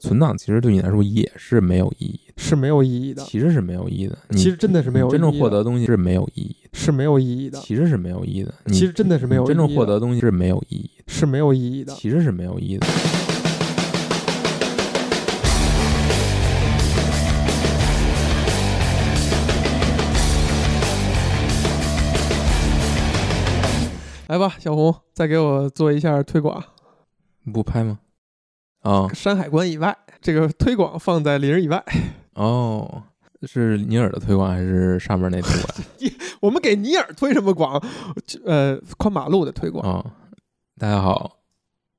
存档其实对你来说也是没有意义的，是没有意义的，其实是没有意义的。你其实真的是没有意义你的真正获得东西是没有意义的，是没有意义的，其实是没有意义的。你其实真的是没有意你义的，真正获得东西是没有意义是没有意义的，的。其实是没有意义的。来吧，小红，再给我做一下推广。你不拍吗？ 哦山海关以外，这个推广放在林儿以外， 哦，是尼尔的推广还是上面那推广我们给尼尔推什么广？呃，宽马路的推 广，哦，大家好，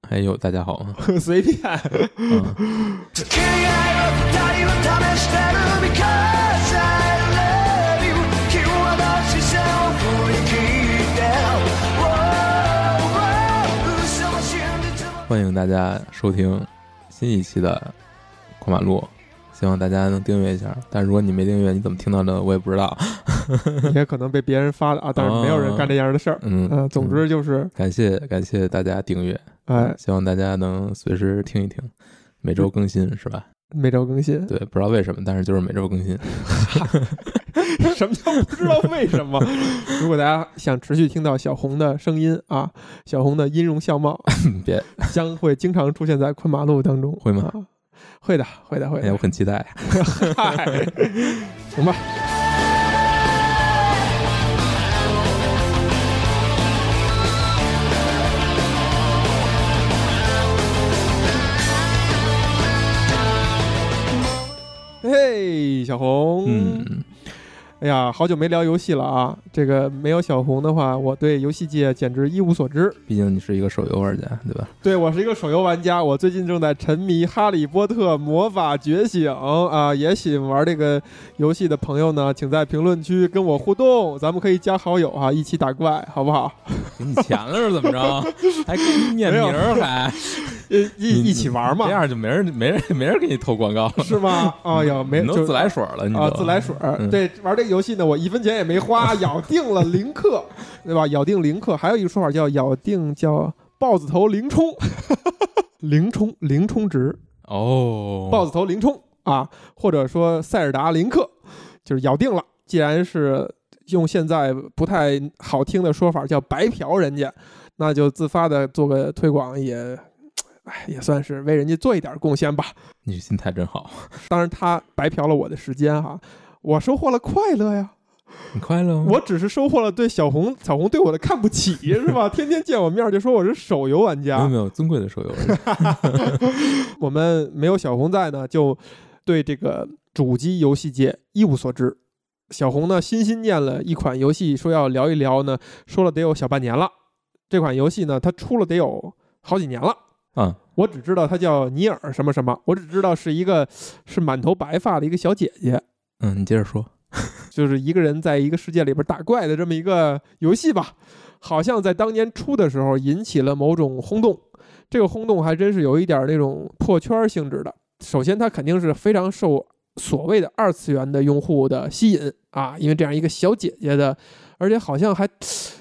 还有大家好啊。随便。 嗯 Today I wrote the daddy with Thomas Tanner because I love you. Keep what else you sell for you keep down. Whoa, whoa, so much in the 欢迎大家收听新一期的《过马路》，希望大家能订阅一下。但如果你没订阅，你怎么听到的我也不知道。也可能被别人发的啊，但是没有人干这样的事儿。嗯，嗯、总之就是，感谢感谢大家订阅，哎，希望大家能随时听一听，每周更新是吧？每周更新。对，不知道为什么，但是就是每周更新。什么叫不知道为什么？ 如果大家想持续听到小红的声音啊，小红的音容笑 貌别，将会经常出现在困马路当中，会吗啊会的，会的，会哎呀，的我。很期待。嗨，行吧。嗯嘿，小红，嗯，哎呀，好久没聊游戏了啊！这个没有小红的话，我对游戏界简直一无所知。毕竟你是一个手游玩家，对吧？对我是一个手游玩家，我最近正在沉迷《哈利波特魔法觉醒》啊，也喜欢玩这个游戏的朋友呢，请在评论区跟我互动，咱们可以加好友啊，一起打怪，好不好？给你钱了是怎么 着？还给你念名儿还呃， 一一起玩嘛这，样就没人没人没人给你投广告了。是 吗？哎呀，没你就都自来水了，你啊，都自来水儿。嗯对，玩这个游戏呢，我一分钱也没花，咬定了零克，对吧？咬定零克，还有一个说法叫咬定叫豹子头零充， 零充零充值。哦，豹子头零冲啊，或者说塞尔达林克，就是咬定了。既然是用现在不太好听的说法叫白嫖人家，那就自发的做个推广也。哎，也算是为人家做一点贡献吧。你心态真好，当然，他白嫖了我的时间哈、我收获了快乐呀。你快乐吗？我只是收获了对小红、小红对我的看不起，是吧？天天见我面就说我是手游玩家。没有没有尊贵的手游，我们没有小红在呢，就对这个主机游戏界一无所知。小红呢，心心念了一款游戏，说要聊一聊呢，说了得有小半年了。这款游戏呢，它出了得有好几年了。嗯，我只知道它叫尼尔什么什么，我只知道是一个是满头白发的一个小姐姐，嗯，你接着说，就是一个人在一个世界里边打怪的这么一个游戏吧，好像在当年出的时候引起了某种轰动，这个轰动还真是有一点那种破圈性质的。首先，它肯定是非常受所谓的二次元的用户的吸引啊，因为这样一个小姐姐的，而且好像还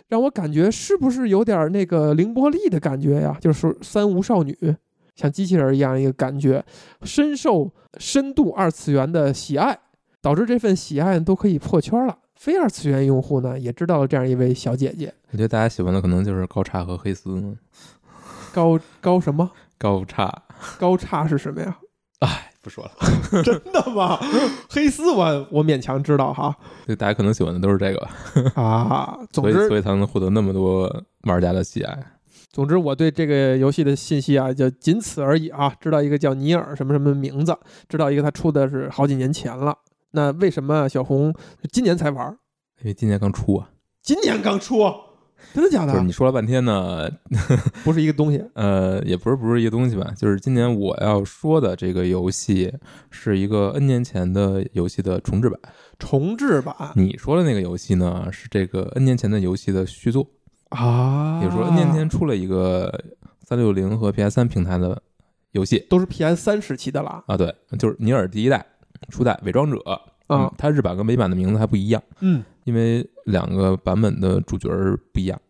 让我感觉是不是有点那个凌波丽的感觉呀？就是三无少女。像机器人一样一个感觉，深受深度二次元的喜爱，导致这份喜爱都可以破圈了。非二次元用户呢，也知道了这样一位小姐姐，我觉得大家喜欢的可能就是高叉和黑丝，高高什么？高叉，高叉是什么呀？ 哎，不说了，真的吗？黑丝我我勉强知道哈对，大家可能喜欢的都是这个吧，啊。总所以之所以才能获得那么多玩家的喜爱。总之，我对这个游戏的信息啊，就仅此而已啊。知道一个叫尼尔什么什么名字，知道一个他出的是好几年前了。那为什么小红今年才玩儿？因为今年刚出啊，今年刚出， 真的假就是的？你说了半天呢，不是一个东西。呃，也不是不是一个东西吧，就是今年我要说的这个游戏是一个 N 年前的游戏的重制版，重置版你说的那个游戏呢是这个 N 年前的游戏的续作，啊比如说 N 年前出了一个三六零和 PS 三平台的游戏，都是 PS 三时期的啦啊，对，就是尼尔第一代、初代《伪装者》啊嗯，，它日版跟美版的名字还不一样，嗯因为两个版本的主角儿不一样，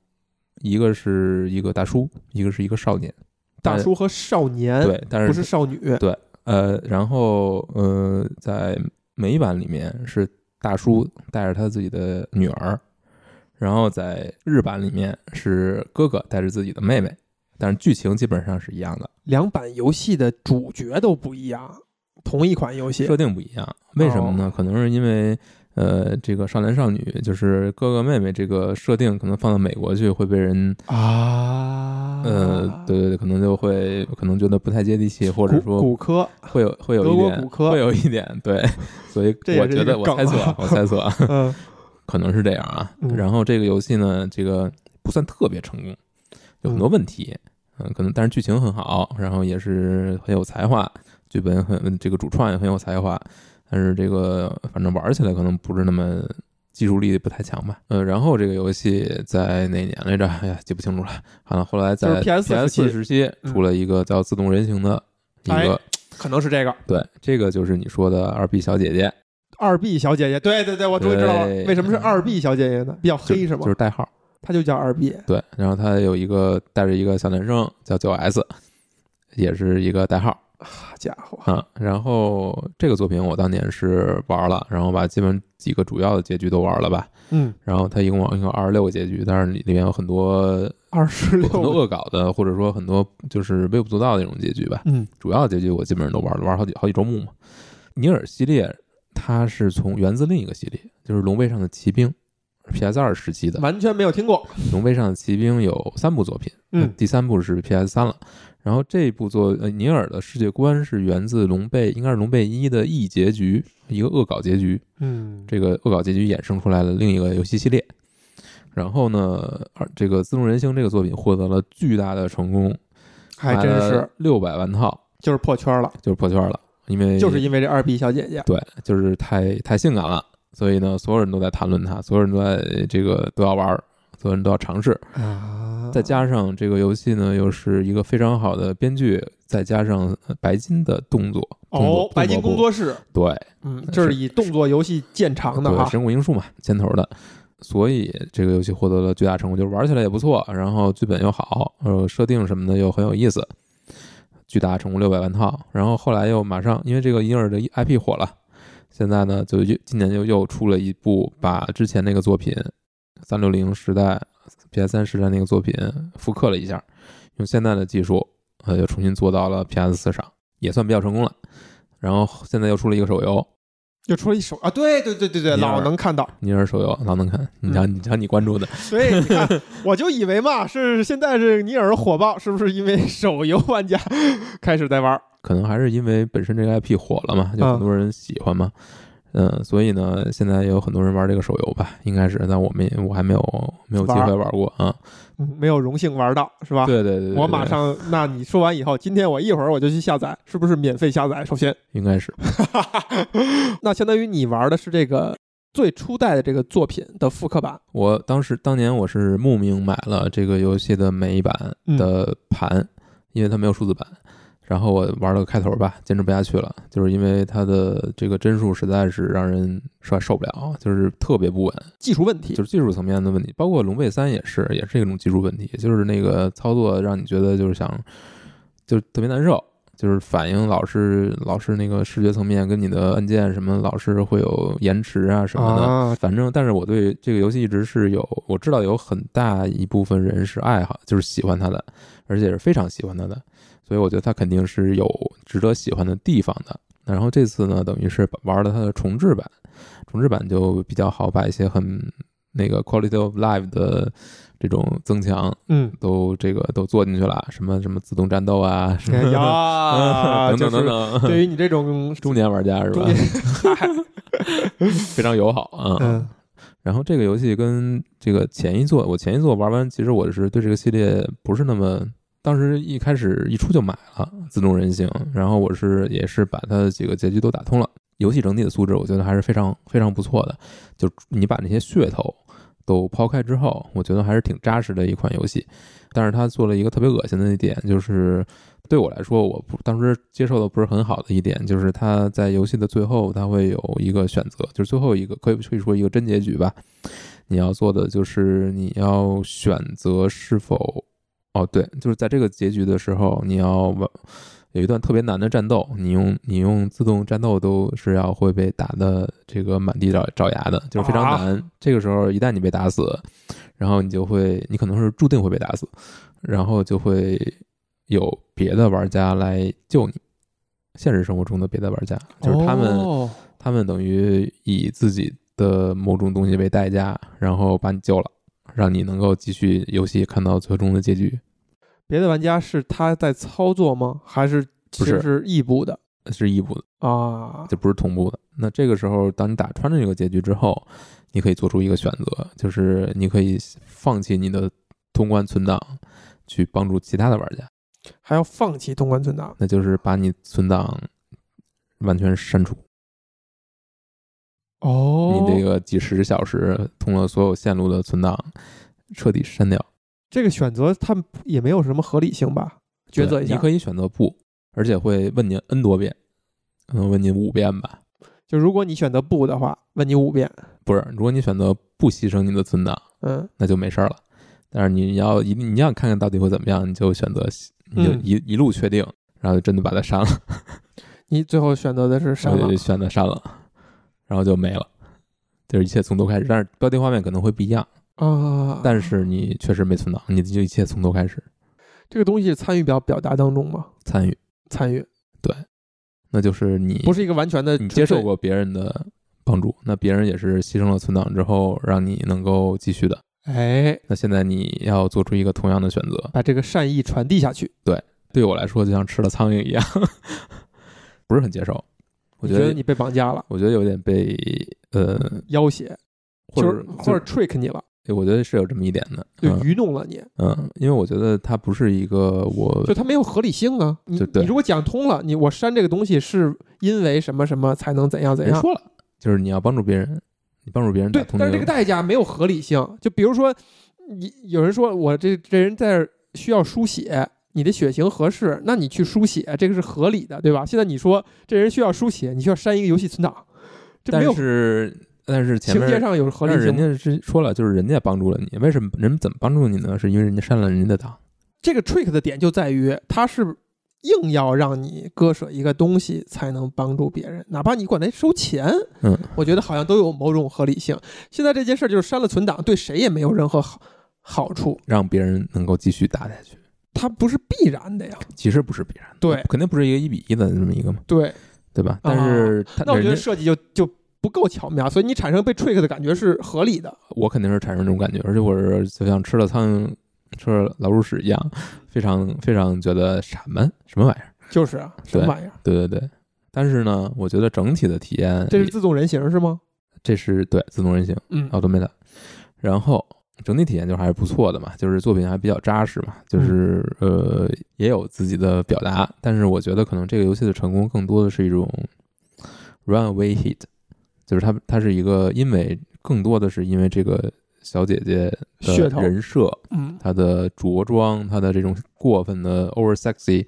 一个是一个大叔，一个是一个少年。大但叔和少年，对，但是不是少女，对呃，然后呃，在美版里面是大叔带着他自己的女儿，然后在日版里面是哥哥带着自己的妹妹，但是剧情基本上是一样的，两版游戏的主角都不一样，同一款游戏设定不一样。为什么哦呢？可能是因为呃，这个少男少女就是哥哥妹妹这个设定，可能放到美国去会被人啊呃，对对对，可能就会可能觉得不太接地气，或者骨说 骨科，会有会有德一国点骨科会有一点对， 所以这也我是觉一个得我梗猜测啊啊，我猜测啊嗯可能是这样啊嗯。然后这个游戏呢，这个不算特别成功，有很多问题，嗯，可能但是剧情很好，然后也是很有才华，剧本很这个主创也很有才华，但是这个反正玩起来可能不是那么。技术力不太强吧，呃，然后这个游戏在哪年来着？哎呀，记不清楚了。好了，后来就在是 PS4 四时期嗯哎出了一个叫《自动人形》的一个，可能是这个对，这个就是你说的二 B 小姐姐，二 B 小姐姐，对对对，我终于知道了，对为什么是二 B 小姐姐呢？比较就黑是吗？就是代号，她就叫二 B，对，然后他有一个带着一个小男生叫九 S，也是一个代号好家伙，啊、然后这个作品我当年是玩了，然后把基本几个主要的结局都玩了吧。嗯，然后它一共有二十六个结局，但是里里面有很多二十很多六，恶搞的，或者说很多就是微不足道的那种结局吧。嗯主要的结局我基本上都玩了，玩好几好几周目嘛。尼尔系列它是从源自另一个系列，就是《龙背上的骑兵》，PS 二时期的。完全没有听过， 《龙背上的骑兵》有三部作品，嗯第三部是 PS 三了。然后这部作呃尼尔的世界观是源自《龙背》，应该是《龙背一》的 E 结局，一个恶搞结局。嗯，这个恶搞结局衍生出来了另一个游戏系列。然后呢，而这个《自动人形》这个作品获得了巨大的成功，还真是六百万套，就是破圈了，就是破圈了。因为就是因为这二 B 小姐姐，对，就是太太性感了，所以呢，所有人都在谈论它，所有人都在这个都要玩儿，所有人都要尝试。啊再加上这个游戏呢，又是一个非常好的编剧，再加上呃白金的动作动作哦，白金工作室，对嗯，是这是以动作游戏见长的对哈，神谷英树嘛牵头的，所以这个游戏获得了巨大成功，就是玩起来也不错，然后剧本又好，呃，设定什么的又很有意思，巨大成功六百万套，然后后来又马上因为这个银耳的 IP 火了，现在呢就又今年又又出了一部把之前那个作品三六零时代 PS 三时代那个作品复刻了一下，用现在的技术，呃，又重新做到了 PS 四上，也算比较成功了。然后现在又出了一个手游，又出了一首啊，对对对对对，尼尔老能看到，尼尔手游老能看，你嗯瞧你瞧你关注的，所以你看，我就以为嘛，是现在是尼尔火爆，是不是因为手游玩家开始在玩儿？可能还是因为本身这个 IP 火了嘛，嗯就很多人喜欢嘛，嗯、所以呢，现在也有很多人玩这个手游吧，应该是，但我们我还没有没有机会玩过啊。嗯没有荣幸玩到是吧？对对对对对啊我马上，那你说完以后，今天我一会儿我就去下载，是 不是免费下载？首先，应该是那相当于你玩的是这个最初代的这个作品的复刻版，我当时当年我是慕名买了这个游戏的美版嗯的盘，因为它没有数字版。然后我玩了个开头吧，坚持不下去了，就是因为它的这个帧数实在是让人受受不了，就是特别不稳。技术问题就是技术层面的问题，包括龙背三也是，也是一种技术问题，就是那个操作让你觉得就是想，就是特别难受，就是反应老是老是那个视觉层面跟你的按键什么老是会有延迟啊什么的。啊，反正，但是我对这个游戏一直是有，我知道有很大一部分人是爱好，就是喜欢它的，而且是非常喜欢它的，所以我觉得它肯定是有值得喜欢的地方的。然后这次呢，等于是玩了它的重置版，重置版就比较好，把一些很那个 quality of life 的这种增强 嗯，都这个都做进去了，什么什么自动战斗啊，什么、哎 等呀，啊就等等是等，对于你这种中年玩家是中吧 年？非常友好啊。嗯然后这个游戏跟这个前一座，我前一座玩完，其实我是对这个系列不是那么，当时一开始一出就买了《自动人形》，然后我是也是把它几个结局都打通了。游戏整体的素质，我觉得还是非常非常不错的。就你把那些噱头都抛开之后，我觉得还是挺扎实的一款游戏。但是它做了一个特别恶心的一点，就是对我来说，我不当时接受的不是很好的一点，就是它在游戏的最后，它会有一个选择，就是最后一个可以可以说一个真结局吧。你要做的就是你要选择是否，哦对，就是在这个结局的时候，你要完有一段特别难的战斗，你用你用自动战斗都是要会被打的这个满地找找牙的，就是非常难。这个时候一旦你被打死，然后你就会你可能是注定会被打死，然后就会有别的玩家来救你。现实生活中的别的玩家，就是他们、哦他们等于以自己的某种东西为代价，然后把你救了，让你能够继续游戏看到最终的结局。别的玩家是他在操作吗？还是其实不是异步的是异步的，啊？这不是同步的。那这个时候，当你打穿这个结局之后，你可以做出一个选择，就是你可以放弃你的通关存档，去帮助其他的玩家，还要放弃通关存档？那就是把你存档完全删除。哦，你这个几十小时通了所有线路的存档，彻底删掉。这个选择，他们也没有什么合理性吧？抉择对一下，你可以选择不，而且会问您 n 多遍，可能问您五遍吧。就如果你选择不的话，问你五遍，不是，如果你选择不牺牲你的存档，嗯，那就没事儿了。但是你要一定你要看看到底会怎么样，你就选择你就嗯一、一路确定，然后就真的把它删了，你最后选择的是删我了就，选择删了，然后就没了，就是一切从头开始。但是标题画面可能会不一样，啊，但是你确实没存档，你就一切从头开始这个东西参与表表达当中吗？参与，参与那就是你不是一个完全的你纯粹接受过别人的帮助，那别人也是牺牲了存档之后让你能够继续的。哎，那现在你要做出一个同样的选择，把这个善意传递下去。对我来说就像吃了苍蝇一样， 不是很接受。我你觉觉得你被绑架了，我觉得有点被呃，要挟，或就者是或者 trick 你了，就我觉得是有这么一点的，就嗯愚弄了你，嗯，因为我觉得它不是一个我就它没有合理性啊。你对对你如果讲通了，你我删这个东西是因为什么什么才能怎样怎人样？说了，就是你要帮助别人，你帮助别人打对，通但是这个个代价没有合理性。就比如说，你有人说我这这人在这儿需要输血，你的血型合适，那你去输血，这个是合理的，对吧？现在你说这人需要输血，你需要删一个游戏存档，这没有但是但是前情面节上有合但理是性人吗。家是说了，就是人家帮助了你，为什么人怎么帮助你呢？是因为人家删了人家的档，这个 trick 的点就在于，它是硬要让你割舍一个东西才能帮助别人，哪怕你管他收钱，嗯，我觉得好像都有某种合理性。现在这件事儿就是删了存档，对谁也没有任何好好处，让别人能够继续打下去，它不是必然的呀。其实不是必然的，对肯定不是一个一比一的这么一个嘛，对，对吧？但是他、那我觉得人家设计就就不够巧妙，所以你产生被 trick 的感觉是合理的。我肯定是产生这种感觉，而且我是就像吃了苍蝇、吃了老鼠屎一样，非常非常觉得傻闷，什么玩意儿？就是啊，什么对玩意儿？对对对。但是呢，我觉得整体的体验，这是自动人形是吗？这是对自动人形嗯， automata，然后整体体验就还是不错的嘛，就是作品还比较扎实嘛，就是、嗯呃也有自己的表达，但是我觉得可能这个游戏的成功更多的是一种 runaway hit，就是它它是一个因为更多的是因为这个小姐姐噱的头人设，嗯，她的着装，她的这种过分的 over sexy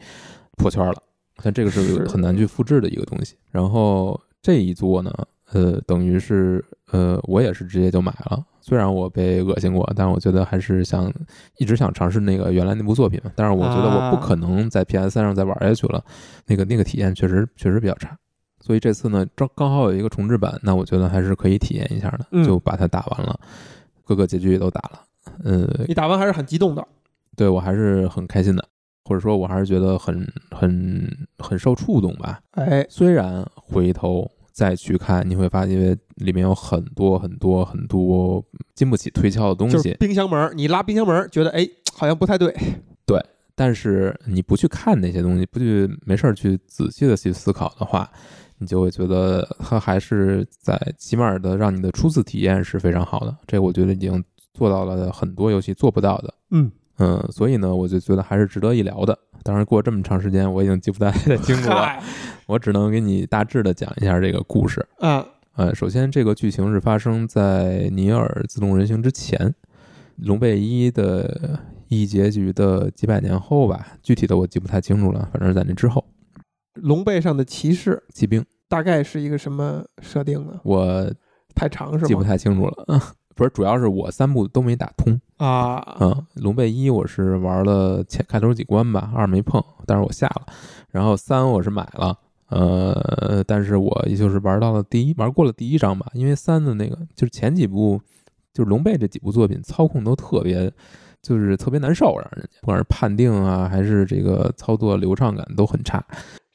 破圈了。像这个是是很难去复制的一个东西。然后这一座呢，呃，等于是呃，我也是直接就买了。虽然我被恶心过，但是我觉得还是想一直想尝试那个原来那部作品嘛。但是我觉得我不可能在 PS 三上再玩下去了，那个那个体验确实确实比较差。所以这次呢，正刚好有一个重置版，那我觉得还是可以体验一下嗯的，就把它打完了，各个结局也都打了。呃，你打完还是很激动的。对我还是很开心的，或者说我还是觉得很很很受触动吧。哎，虽然回头再去看，你会发现里面有很多很多很多经不起推敲的东就是西，冰箱门儿，你拉冰箱门儿，觉得哎好像不太 对。但是你不去看那些东西，不去没事儿去仔细的去思考的话，你就会觉得它还是在起码的让你的初次体验是非常好的。这我觉得已经做到了很多游戏做不到的。嗯，嗯，所以呢，我就觉得还是值得一聊的。当然，过这么长时间，我已经记不太清楚了，嗨，我只能给你大致的讲一下这个故事。啊，呃，首先，这个剧情是发生在尼尔自动人形之前，龙背一的一结局的几百年后吧，具体的我记不太清楚了，反正是在那之后。龙背上的骑士骑兵，大概是一个什么设定呢？我太长是记不吗？太清楚了， 不是，主要是我三部都没打通啊，嗯，龙背一我是玩了前开头几关吧，二没碰，但是我下了，然后三我是买了。呃，但是我也就是玩到了第一，玩过了第一章吧，因为三的那个就是前几部，就是龙背这几部作品操控都特别，就是特别难受，让人家不管是判定啊，还是这个操作流畅感都很差。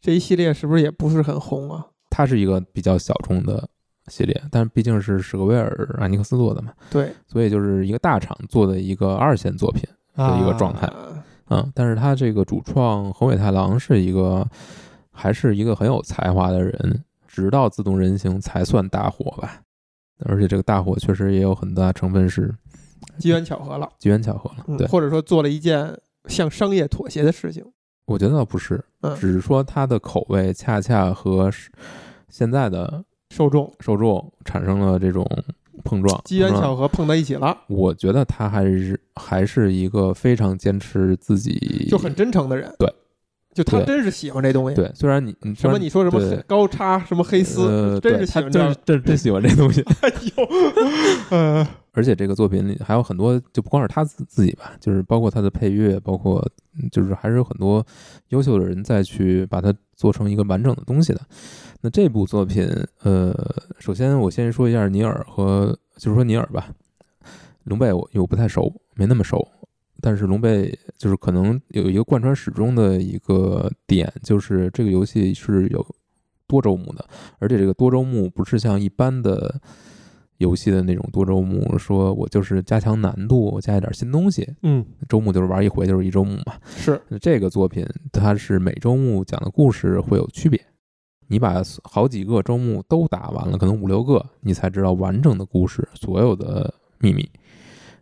这一系列是不是也不是很红啊？它是一个比较小众的系列，但毕竟是史格威尔艾尼克斯做的嘛，对，所以就是一个大厂做的一个二线作品的一个状态啊啊、嗯但是他这个主创横尾太郎是一个还是一个很有才华的人，直到《自动人形》才算大火吧。而且这个大火确实也有很大成分是机缘巧合了，机缘巧合了。嗯对，或者说做了一件向商业妥协的事情。我觉得倒不是，嗯，只是说他的口味恰恰和是现在的受众受众产生了这种碰撞。机缘碰撞巧合碰到一起了，我觉得他还是还是一个非常坚持自己，就很真诚的人。对，就他对真是喜欢这东西。对。虽然你你什么你说什么对黑高叉什么黑丝呃，，真对是喜他欢这真样是。真真喜欢这东西。哎呦， 呃，而且这个作品里还有很多，就不光是他自自己吧，就是包括他的配乐，包括嗯就是还是有很多优秀的人再去把它做成一个完整的东西的。那这部作品，呃，首先我先说一下尼尔和，就是说尼尔吧，龙贝我我不太熟，没那么熟，但是龙贝就是可能有一个贯穿始终的一个点，就是这个游戏是有多周目的，而且这个多周目不是像一般的游戏的那种多周目，说我就是加强难度，我加一点新东西，嗯，周目就是玩一回就是一周目嘛。是那这个作品它是每周目讲的故事会有区别，你把好几个周目都打完了，可能五六个，你才知道完整的故事所有的秘密。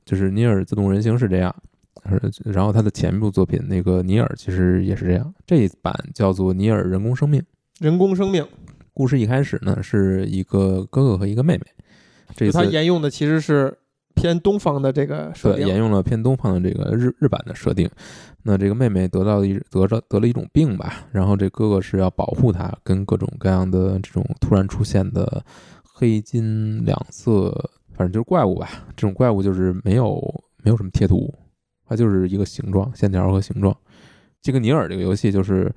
就是《尼尔：自动人形》是这样，而然后他的前一部作品那个《尼尔》其实也是这样，这一版叫做《尼尔：人工生命》。人工生命。故事一开始呢是一个哥哥和一个妹妹，这就一他次沿用的其实是偏东方的这个设对，定沿用了偏东方的这个日日版的设定。那这个妹妹得到一得着得了一种病吧，然后这哥哥是要保护她，跟各种各样的这种突然出现的黑金两色，反正就是怪物吧。这种怪物就是没有没有什么贴图，它就是一个形状、线条和形状。这个尼尔这个游戏就是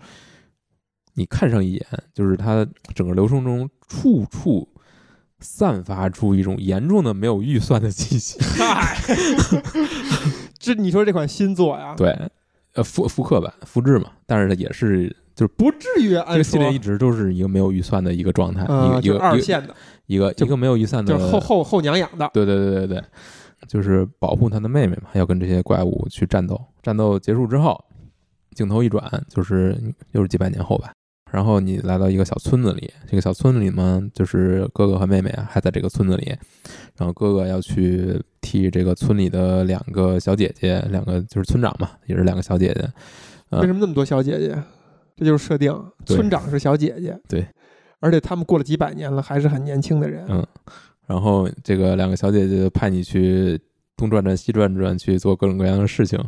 你看上一眼，就是它整个流程中处处散发出一种严重的没有预算的气息。嗨， 这你说这款新作呀，对，呃，复复刻版复制嘛，但是它也是就是不至于这按个系列一说，直都是一个没有预算的一个状态，呃，一个呃一就是个二一个线的，一个就一个没有预算的，就是后后后娘养的，对对对对对，就是保护他的妹妹嘛，要跟这些怪物去战斗。战斗结束之后，镜头一转，就是又是几百年后吧。然后你来到一个小村子里，这个小村子里呢，就是哥哥和妹妹啊还在这个村子里，然后哥哥要去替这个村里的两个小姐姐，两个就是村长嘛，也是两个小姐姐，呃为什么那么多小姐姐？这就是设定，对村长是小姐姐，对，而且他们过了几百年了，还是很年轻的人，嗯然后这个两个小姐姐就派你去东转转西转转去做各种各样的事情，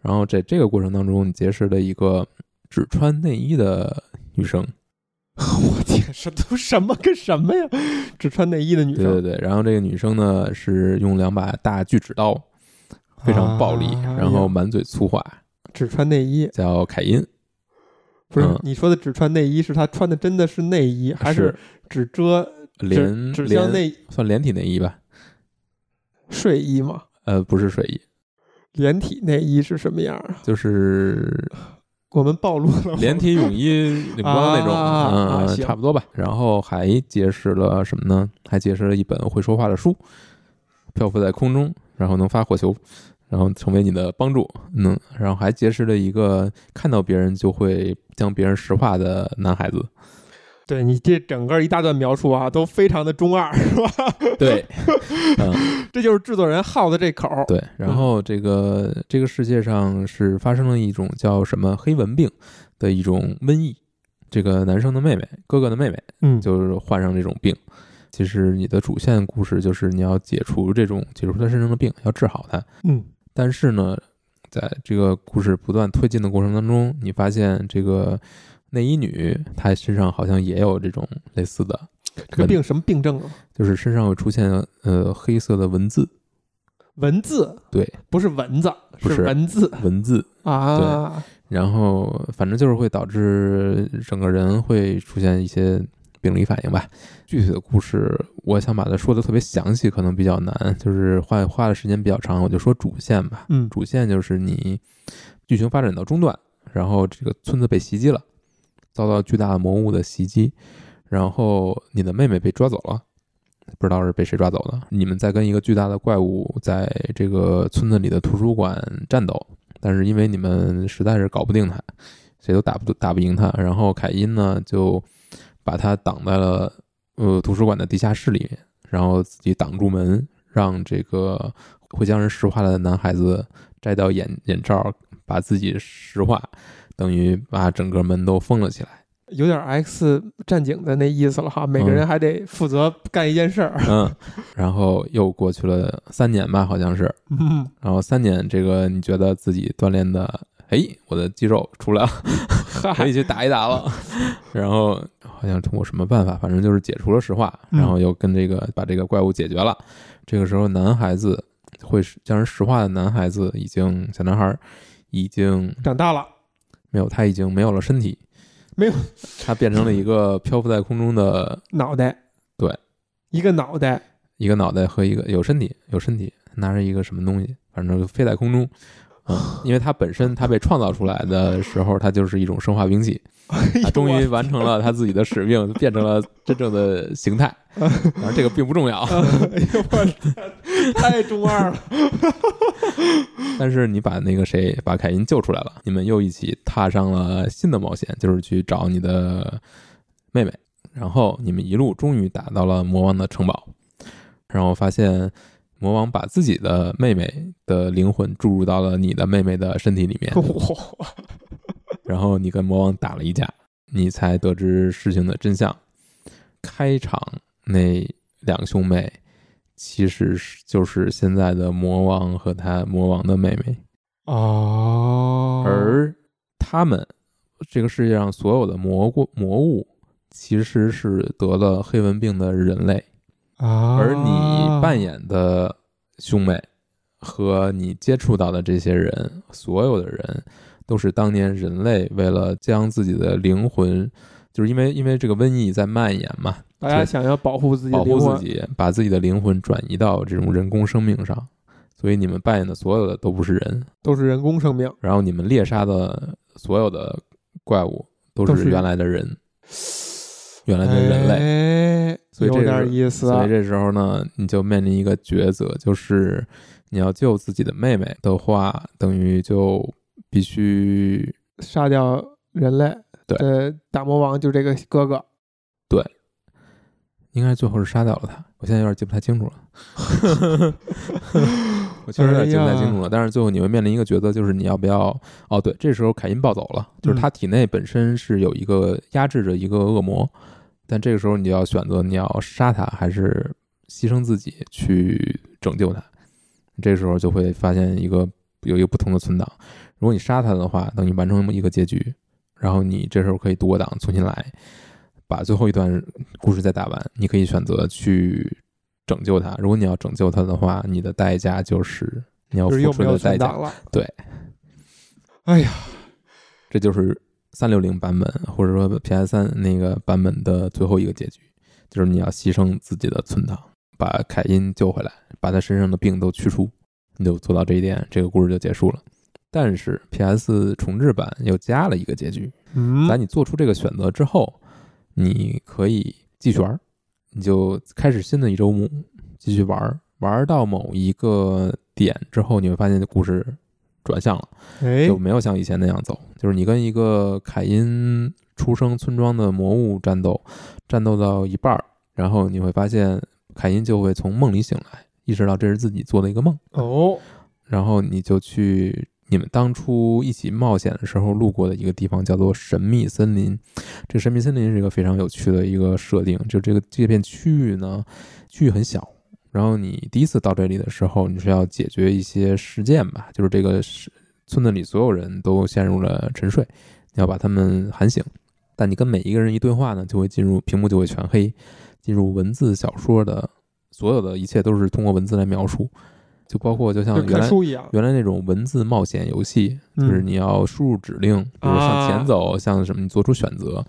然后在这个过程当中，你结识了一个只穿内衣的女生，我天，这都什么跟什么呀？只穿内衣的女对对生，对，然后这个女生呢是用两把大锯齿刀，非常暴力，啊然后满嘴粗话，只穿内衣，叫凯因，不是嗯你说的只穿内衣，是她穿的真的是内衣，还是只遮连只像连内算连体内衣吧？睡衣吗？呃，不是睡衣，连体内衣是什么样啊？就是我们暴露了 连体泳衣、领光那种，啊嗯、啊行差不多吧。然后还结识了什么呢？还结识了一本会说话的书，漂浮在空中，然后能发火球，然后成为你的帮助。嗯，然后还结识了一个看到别人就会将别人石化的男孩 子。对你这整个一大段描述啊，都非常的中二， 是吧？对， 嗯，这就是制作人好的这口儿。对，然后这个、这个世界上是发生了一种叫什么黑蚊病的一种瘟疫，这个男生的妹妹，哥哥的妹妹，嗯就是患上这种病。其实你的主线故事就是你要解除这种解除他身上的病，要治好他。嗯，但是呢，在这个故事不断推进的过程当中，你发现这个内衣女她身上好像也有这种类似的这个病什么病症啊？就是身上会出现呃黑色的文字，文字，对，不是蚊子，不是文字文字，啊。然后反正就是会导致整个人会出现一些病理反应吧。具体的故事，我想把它说的特别详细，可能比较难，就是花花的时间比较长，我就说主线吧。嗯主线就是你剧情发展到中段，然后这个村子被袭击了，遭到巨大的魔物的袭击，然后你的妹妹被抓走了，不知道是被谁抓走的。你们在跟一个巨大的怪物在这个村子里的图书馆战斗，但是因为你们实在是搞不定他，谁都打不打不赢他，然后凯因呢就把他挡在了呃图书馆的地下室里面，然后自己挡住门，让这个会将人石化的男孩子摘掉眼眼罩，把自己石化，等于把整个门都封了起来。有点 X 战警的那意思了哈，每个人还得负责干一件事儿。嗯，然后又过去了三年吧，好像是。嗯，然后三年，这个你觉得自己锻炼的，哎，我的肌肉出来了， 可嗨以，去打一打了。 然后好像通过什么办法，反正就是解除了石化，嗯然后又跟这个把这个怪物解决了。这个时候，男孩子会将人石化的男孩子已经小男孩儿已经长大了，没有，他已经没有了身体，没有，他变成了一 个漂浮在空中的脑袋，对，啊一个脑袋，一个脑袋和一个有身体，有身体拿着一个什么东西，反正就飞在空中。 嗯，因为他本身他被创造出来的时候，他就是一种生化兵 器，哎他终于完成了他自己的使命，变成了真正的形 态。当然，这个并不重要。 哎呦我天，太中二了！ 但是你把那个谁，把凯因救出来了，你们又一起踏上了新的冒险，就是去找你的妹妹。然后你们一路终于打到了魔王的城堡，然后发现魔王把自己的妹妹的灵魂注入到了你的妹妹的身体里面，哇， 然后你跟魔王打了一架，你才得知事情的真相。开场那两兄妹其实是就是现在的魔王和他魔王的妹妹。 哦，而他们这个世界上所有的蘑菇魔物，其实是得了黑文病的人类，啊，而你扮演的兄妹和你接触到的这些人，所有的人都是当年人类为了将自己的灵魂，就是因为因为这个瘟疫在蔓延嘛，大家想要保护自己的保灵魂，护自己，把自己的灵魂转移到这种人工生命上，所以你们扮演的所有的都不是人，都是人工生命。然后你们猎杀的所有的怪物都都是是原来的人，原来的人类。类，哎、所以这有是点意思所啊以！这时候呢，你就面临一个抉择，就是你要救自己的妹妹的话，等于就必须杀掉人类，对呃，打魔王就这个哥哥，应该最后是杀掉了他。我现在有点记不太清楚了， 我确实有点记不太清楚了。但是最后你会面临一个抉择，就是你要不要？哦，对，这时候凯因暴走了，就是他体内本身是有一个压制着一个恶魔，但这个时候你就要选择你要杀他还是牺牲自己去拯救他。这个时候就会发现一个有一个不同的存档，如果你杀他的话，等于完成一个结局，然后你这时候可以读我档重新来，把最后一段故事再打完。你可以选择去拯救他，如果你要拯救他的话，你的代价就是你要就是付又出没有的代存价档。了。对，哎呀，这就是三六零版本或者说 PS 三那个版本的最后一个结局，就是你要牺牲自己的存档，把凯因救回来，把他身上的病都去除，你就做到这一点，这个故事就结束了。但是 PS 重置版又加了一个结局，嗯在你做出这个选择之后，你可以继续玩儿，你就开始新的一周目，继续玩儿，玩儿到某一个点之后，你会发现故事转向了。哎就，没有像以前那样走。就是你跟一个凯因出生村庄的魔物战斗，战斗到一半儿，然后你会发现凯因就会从梦里醒来，意识到这是自己做的一个梦，哦，然后你就去你们当初一起冒险的时候路过的一个地方，叫做神秘森林。这个神秘森林是一个非常有趣的一个设定，就这个这片区域呢，区域很小。然后你第一次到这里的时候，你是要解决一些事件吧，就是这个是村子里所有人都陷入了沉睡，你要把他们喊醒。但你跟每一个人一对话呢，就会进入屏幕就会全黑，进入文字小说的所有的一切都是通过文字来描述，就包括就像就原看来书一样，原来那种文字冒险游戏，就是嗯你要输入指令，比如向啊前走，向什么，你做出选择，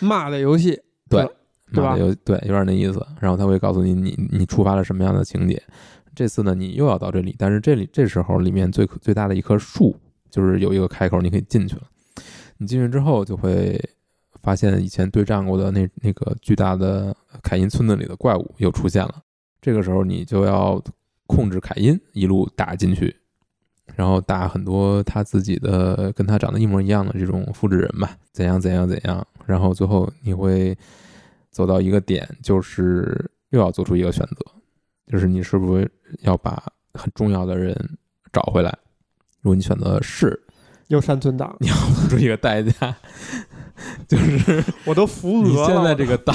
骂的游戏，对对，对吧妈的有对有点那意思。然后他会告诉你你你触发了什么样的情节。这次呢，你又要到这里，但是这里这时候里面最最大的一棵树就是有一个开口，你可以进去了。你进去之后就会发现以前对战过的那那个巨大的凯因村子里的怪物又出现了。这个时候你就要控制凯因一路打进去，然后打很多他自己的跟他长得一模一样的这种复制人吧，怎样怎样怎样，然后最后你会走到一个点，就是又要做出一个选择，就是你是不是要把很重要的人找回来。如果你选择是，又山村党，付出一个代价，就是我都服你鹅了。现在这个 档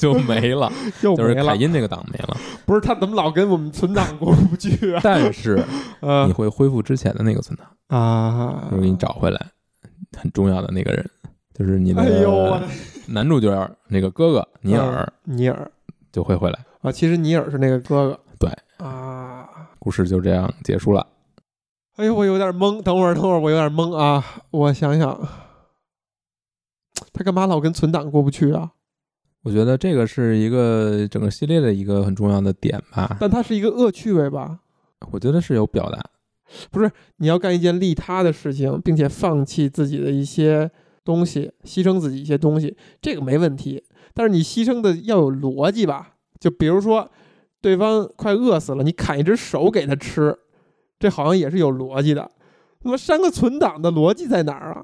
就没了，又就是没凯了，因那个档没 了。不是他怎么老跟我们存档过不去啊？但是 你呃会恢复之前的那个存档，啊我给你找回来，很重要的那个人，就是你哎呦我的的嗯男主角那个哥哥尼尔尼尔就会回来。啊，其实尼尔是那个哥哥，对啊，故事就这样结束了。哎呦，我有点懵，等会儿等会儿我有点懵啊，我想想，他干嘛老跟存档过不去啊？我觉得这个是一个整个系列的一个很重要的点吧，但他是一个恶趣味吧？我觉得是有表达。你要干一件利他的事情，并且放弃自己的一些东西，牺牲自己一些东西，这个没问题。但是你牺牲的要有逻辑吧？就比如说，对方快饿死了，你砍一只手给他吃，这好像也是有逻辑的。那么删个存档的逻辑在哪儿啊？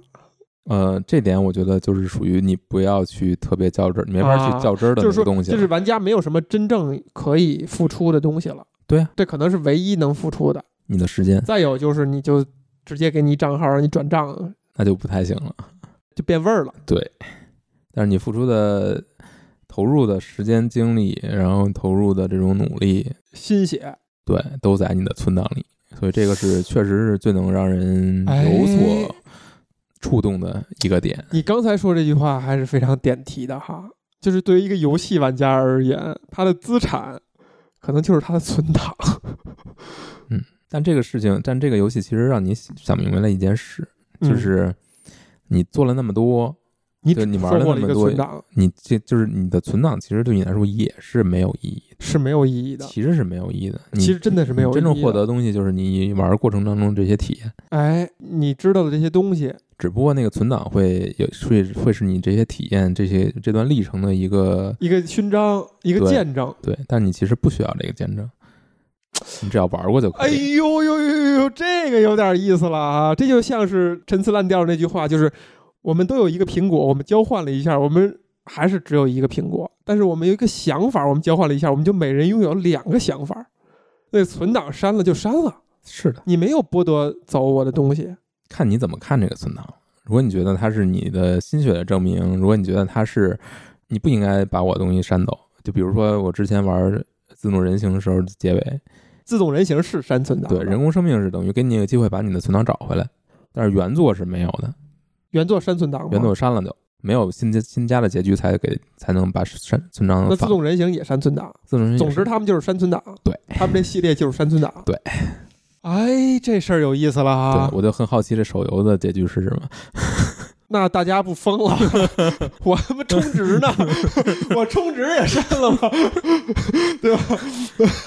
呃，这点我觉得就是属于你不要去特别较真儿，你没法啊去较真儿的就是那个说，东西了。就是玩家没有什么真正可以付出的东西了。对啊，这可能是唯一能付出的。你的时间再有就是，你就直接给你账号，让你转账那就不太行了。就变味儿了。但是你付出的、投入的时间、精力，然后投入的这种努力，心血，对，都在你的存档里。所以这个是确实是最能让人有哎所触动的一个点。你刚才说这句话还是非常点题的哈，就是对于一个游戏玩家而言，他的资产可能就是他的存档。但这个事情，但这个游戏其实让你想明白了一件事， 嗯就是你做了那么多，你就只你玩收了获那了一么个多存档你这就是你的存档，其实对你来说也是没有意义是没有意义的，的，其实是没有意义的。你其实真的是没有你意义真的正获得。的东西就是你玩儿过程当中这些体验。哎，你知道的这些东西，只不过那个存档会有会会是你这些体验、这些这段历程的一个一个勋章，一个对见证。对，但你其实不需要这个见证，你只要玩过就可哎以。呦呦呦呦呦，这个有点意思了啊！这就像是陈词滥调那句话，就是我们都有一个苹果，我们交换了一下，我们还是只有一个苹果，但是我们有一个想法，我们交换了一下，我们就每人拥有两个想法。那存档删了就删了，是的，你没有剥夺走我的东西。看你怎么看这个存档。如果你觉得它是你的心血的证明，如果你觉得它是你不应该把我东西删走，就比如说我之前玩。自动人形的时候，结尾自动人形是删存档的，对人工生命是等于给你一个机会把你的存档找回来，但是原作是没有的，原作删存档吗，原作删了就没有新加新加的结局才给才能把删存档那自放动人形也删存档。自动人总形之，他们就是删存档，对他们这系列就是删存档，对。哎，这事儿有意思了啊！对，我就很好奇这手游的结局是什么。那大家不疯了？ 我他妈充值呢，我充值也删了吗？对吧？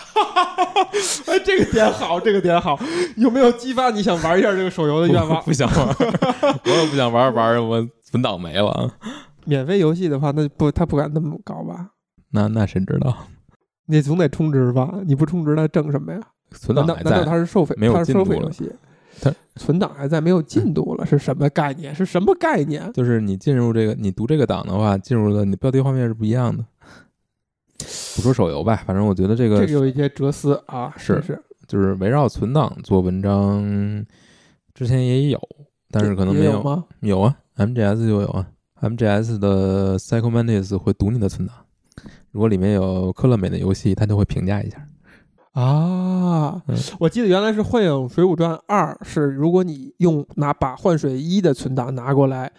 哎，这个点好，这个点好，有没有激发你想玩一下这个手游的愿 我望？不想玩，我也不想玩，玩我存档没了。 免费游戏的话，那不他不敢那么搞吧？那那谁知道？你总得充值吧？你不充值，他挣什么呀？存难档道还难道在，他是收费？没有他是进度收费游了戏他？存档还在，没有进度了，是什么概念？是什么概 念？就是你进入这个，你读这个档的话，进入的你标题画面是不一样的。不说手游吧，反正我觉得这这个个有一些哲思啊，是是，就是围绕存档做文章，之前也有，但是可能也没有吗？有啊，MGS 就有啊，MGS 的 Psycho Mantis 会读你的存档，如果里面有科乐美的游戏，它就会评价一下。啊嗯，我记得原来是《幻影水浒传二》，是如果你用拿把《幻水一》的存档拿过来，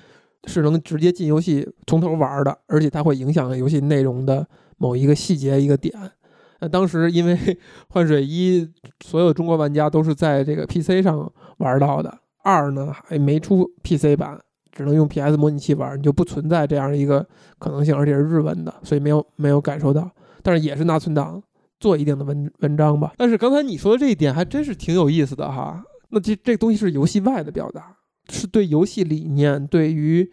是能直接进游戏从头玩的，而且它会影响游戏内容的某一个细节一个点。那当时因为《幻水一》，所有中国玩家都是在这个 PC 上玩到的，二呢还没出 PC 版，只能用 PS 模拟器玩，你就不存在这样一个可能性，而且是日文的，所以没有没有感受到，但是也是拿存档做一定的文文章吧。但是刚才你说的这一点还真是挺有意思的哈。那这这东西是游戏外的表达，是对游戏理念、对于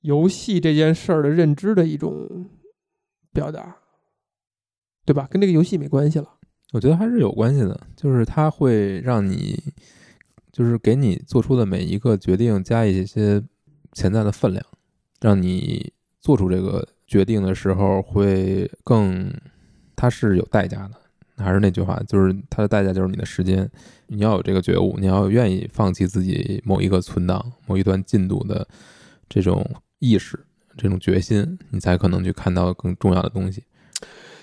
游戏这件事儿的认知的一种表达，对吧？跟这个游戏没关系了。我觉得还是有关系的，就是它会让你，就是给你做出的每一个决定加一些潜在的分量，让你做出这个决定的时候会更，它是有代价的。还是那句话，就是它的代价就是你的时间，你要有这个觉悟，你要愿意放弃自己某一个存档、某一段进度的这种意识、这种决心，你才可能去看到更重要的东西。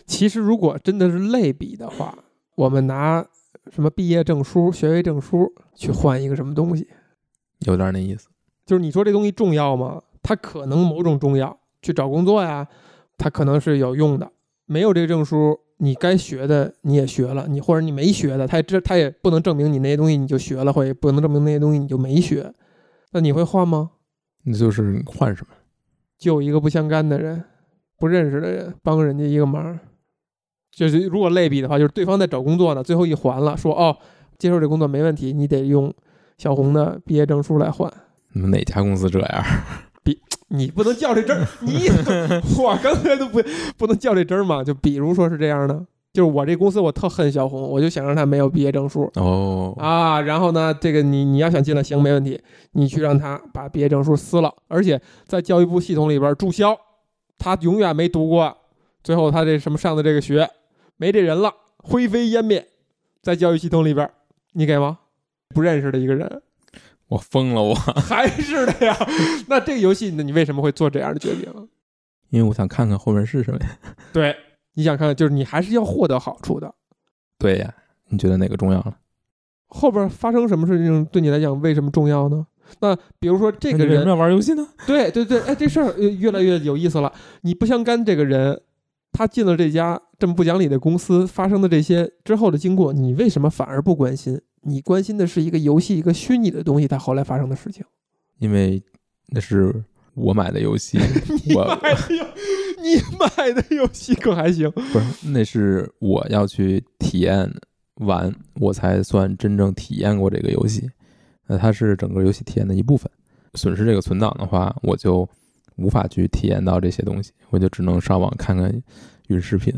其实如果真的是类比的话，我们拿什么毕业证书、学位证书去换一个什么东西，有点那意思。就是你说这东西重要吗？它可能某种重要，去找工作呀，它可能是有用的。没有这个证书，你该学的你也学了，你或者你没学的，它也这它也不能证明你那些东西你就学了，或者也不能证明那些东西你就没学。那你会换吗？那就是换什么？救一个不相干的人，不认识的人，帮人家一个忙。就是如果类比的话，就是对方在找工作呢，最后一环了，说哦，接受这工作没问题，你得用小红的毕业证书来换。你们哪家公司这样？你不能较这真儿，你我刚才都不不能较这真儿嘛。就比如说是这样的，就是我这公司我特恨小红，我就想让她没有毕业证书哦，啊。然后呢，这个你你要想进来行没问题，你去让她把毕业证书撕了，而且在教育部系统里边注销，她永远没读过，最后她这什么上的这个学没这人了，灰飞烟灭，在教育系统里边，你给吗？不认识的一个人，我疯了我，还是的呀。 那这个游戏，那你为什么会做这样的决定？啊因为我想看看后面是什么呀。对，你想看，就是你还是要获得好处的。对呀，你觉得哪个重要了？后边发生什么事情对你来讲为什么重要呢？那比如说这个那你为什么人，要玩游戏呢？对对对，哎，这事儿呃越来越有意思了。你不相干这个人，他进了这家这么不讲理的公司，发生的这些之后的经过，你为什么反而不关心？你关心的是一个游戏，一个虚拟的东西，它后来发生的事情。因为那是我买的游 戏， 你我买的游，你买的游戏可还行？不是，那是我要去体验玩，我才算真正体验过这个游戏。那它是整个游戏体验的一部分。损失这个存档的话，我就无法去体验到这些东西，我就只能上网看看云视频，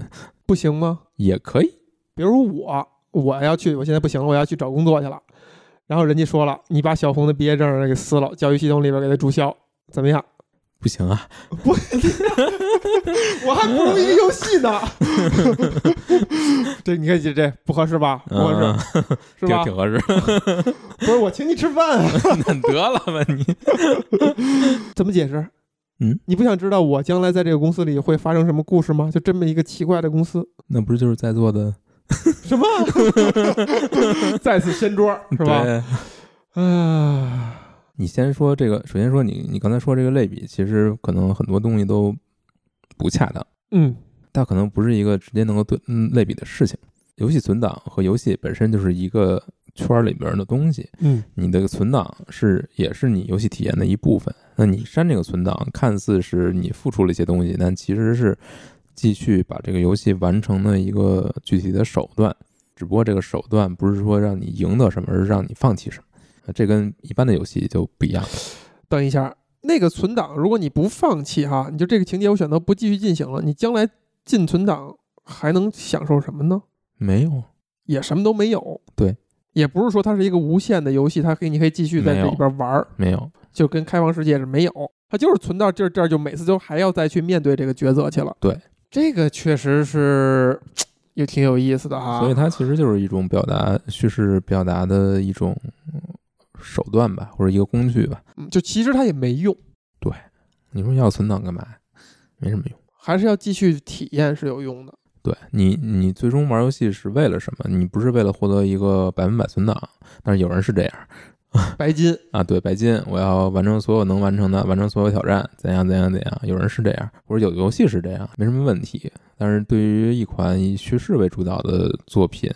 不行吗？也可以。比如我，我要去，我现在不行了，我要去找工作去了。然后人家说了，你把小红的毕业证给撕了，教育系统里边给他注销，怎么样？不行啊，我还不如一个游戏呢。 这你看这这不合适吧？不合适、嗯，是挺吧？挺合适。不是我请你吃饭、啊，那得了吧你， 怎么解释？嗯，你不想知道我将来在这个公司里会发生什么故事吗？就这么一个奇怪的公司， 那不是就是在座的什么？ 再次掀桌是吧？对啊，你先说这个，首先说你，你刚才说这个类比，其实可能很多东西都不恰当，嗯，它可能不是一个直接能够对嗯类比的事情。游戏存档和游戏本身就是一个圈儿里边的东西，嗯，你的存档是也是你游戏体验的一部分。那你删这个存档，看似是你付出了一些东西，但其实是继续把这个游戏完成的一个具体的手段。只不过这个手段不是说让你赢得什么，而是让你放弃什么。呃这跟一般的游戏就不一样。等一下，那个存档，如果你不放弃哈，你就这个情节我选择不继续进行了，你将来进存档还能享受什么呢？没有，也什么都没有。对，也不是说它是一个无限的游戏，它可以你可以继续在没这有里边玩儿，没有，就跟开放世界是没有，它就是存到这儿这儿，就每次都还要再去面对这个抉择去了。对，这个确实是也挺有意思的哈。所以它其实就是一种表达叙事表达的一种嗯手段吧，或者一个工具吧。嗯就其实它也没用，你说要存档干嘛？没什么用。还是要继续体验是有用的。对你，你最终玩游戏是为了什么？你不是为了获得一个百分百存档，但是有人是这样白金，啊，对，白金，我要完成所有能完成的，完成所有挑战，怎样怎样怎样，有人是这样，或者有的游戏是这样，没什么问题。但是对于一款以叙事为主导的作品，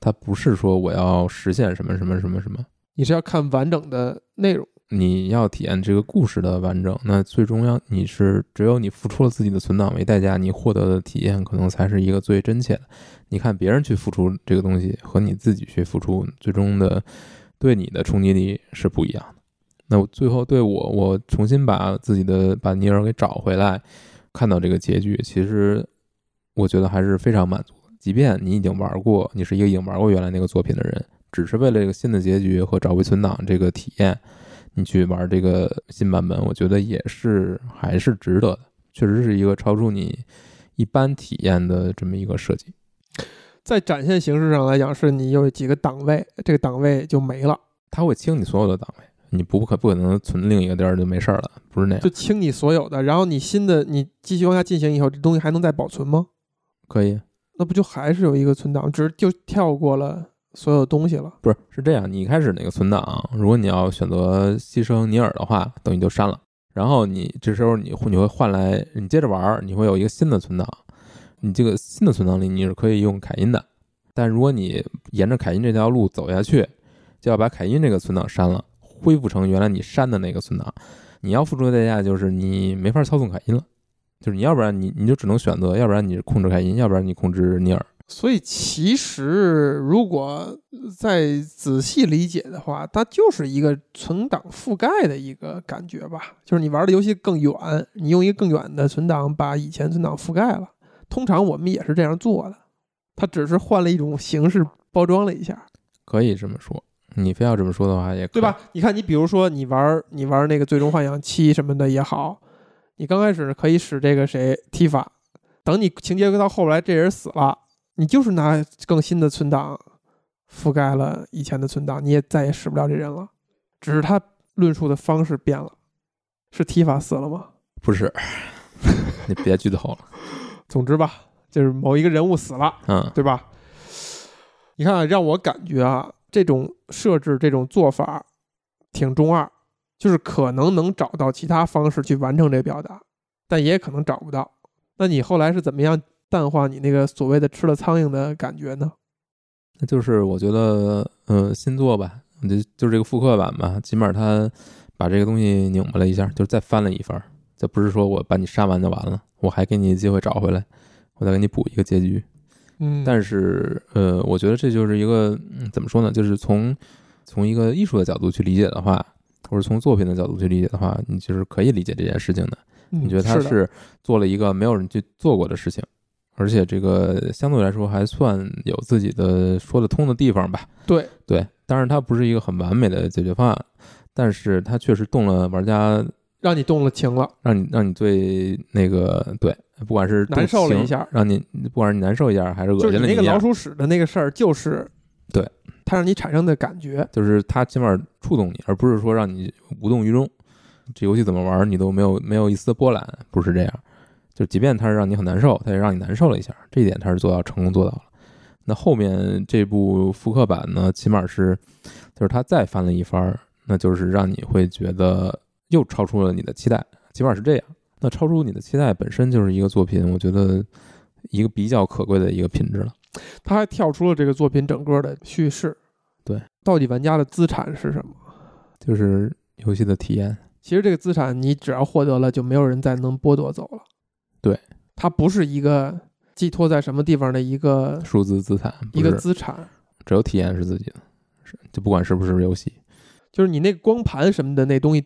它不是说我要实现什么什么什么什么，你是要看完整的内容。你要体验这个故事的完整。那最终要你是只有你付出了自己的存档为代价，你获得的体验可能才是一个最真切的。你看别人去付出这个东西和你自己去付出，最终的对你的冲击力是不一样的。那我最后对我，我重新把自己的把尼尔给找回来，看到这个结局，其实我觉得还是非常满足的。即便你已经玩过，你是一个已经玩过原来那个作品的人，只是为了这个新的结局和找回存档这个体验，你去玩这个新版本，我觉得也是还是值得的。确实是一个超出你一般体验的这么一个设计。在展现形式上来讲，是你有几个档位，这个档位就没了，它会清你所有的档位，你不可不可能存另一个地儿就没事儿了，不是那样就。清你所有的。然后你新的，你继续往下进行以后，这东西还能再保存吗？可以，那不就还是有一个存档，只是就跳过了所有东西了。不是是这样，你一开始那个存档，如果你要选择牺牲尼尔的话，等于就删了。然后你这时候你会你会换来，你接着玩儿，你会有一个新的存档。你这个新的存档里你是可以用凯因的，但如果你沿着凯因这条路走下去，就要把凯因这个存档删了，恢复成原来你删的那个存档。你要付出的代价就是你没法操纵凯因了，就是你要不然你你就只能选择，要不然你控制凯因，要不然你控制尼尔。所以其实如果再仔细理解的话，它就是一个存档覆盖的一个感觉吧，就是你玩的游戏更远，你用一个更远的存档把以前存档覆盖了。通常我们也是这样做的，它只是换了一种形式包装了一下，可以这么说，你非要这么说的话也可以对吧？？你看，你比如说你玩你玩那个《最终幻想七》什么的也好，你刚开始可以使这个谁踢法，等你情节到后来这人死了，你就是拿更新的存档覆盖了以前的存档，你也再也使不了这人了，只是他论述的方式变了，是踢法死了吗？不是， 你别剧透了。总之吧，就是某一个人物死了。嗯，对吧？你看啊，让我感觉啊，这种设置、这种做法挺中二，就是可能能找到其他方式去完成这表达，但也可能找不到。那你后来是怎么样淡化你那个所谓的吃了苍蝇的感觉呢？那就是我觉得，呃，新作吧，就就是这个复刻版吧，起码它把这个东西拧巴了一下，就是再翻了一番儿，就不是说我把你杀完就完了，我还给你机会找回来，我再给你补一个结局。嗯但是，呃，我觉得这就是一个、嗯、怎么说呢？就是从从一个艺术的角度去理解的话，或者从作品的角度去理解的话，你就是可以理解这件事情的。你你觉得他是做了一个没有人去做过的事情，而且这个相对来说还算有自己的说得通的地方吧？对对，当然它不是一个很完美的解决方案，但是它确实动了玩家，让你动了情了，让你让你最那个对，不管是动难受了情一，下，让你不管是你难受一下还是恶就心是你了那一个下老，鼠屎的那个事儿，就是对它让你产生的感觉。就是它起码触动你，而不是说让你无动于衷。这游戏怎么玩你都没有没有一丝波澜，不是这样。就即便它是让你很难受，它也让你难受了一下，这一点它是做到成功做到了。那后面这部复刻版呢，起码是就是它再翻了一番儿，那就是让你会觉得又超出了你的期待，起码是这样。那超出你的期待本身就是一个作品，我觉得一个比较可贵的一个品质了。他还跳出了这个作品整个的叙事。对，到底玩家的资产是什么？就是游戏的体验，其实这个资产你只要获得了，就没有人再能剥夺走了。对，它不是一个寄托在什么地方的一个数字资产，不一个是资产，只有体验是自己的，是就不管是不是游戏，就是你那个光盘什么的那东西，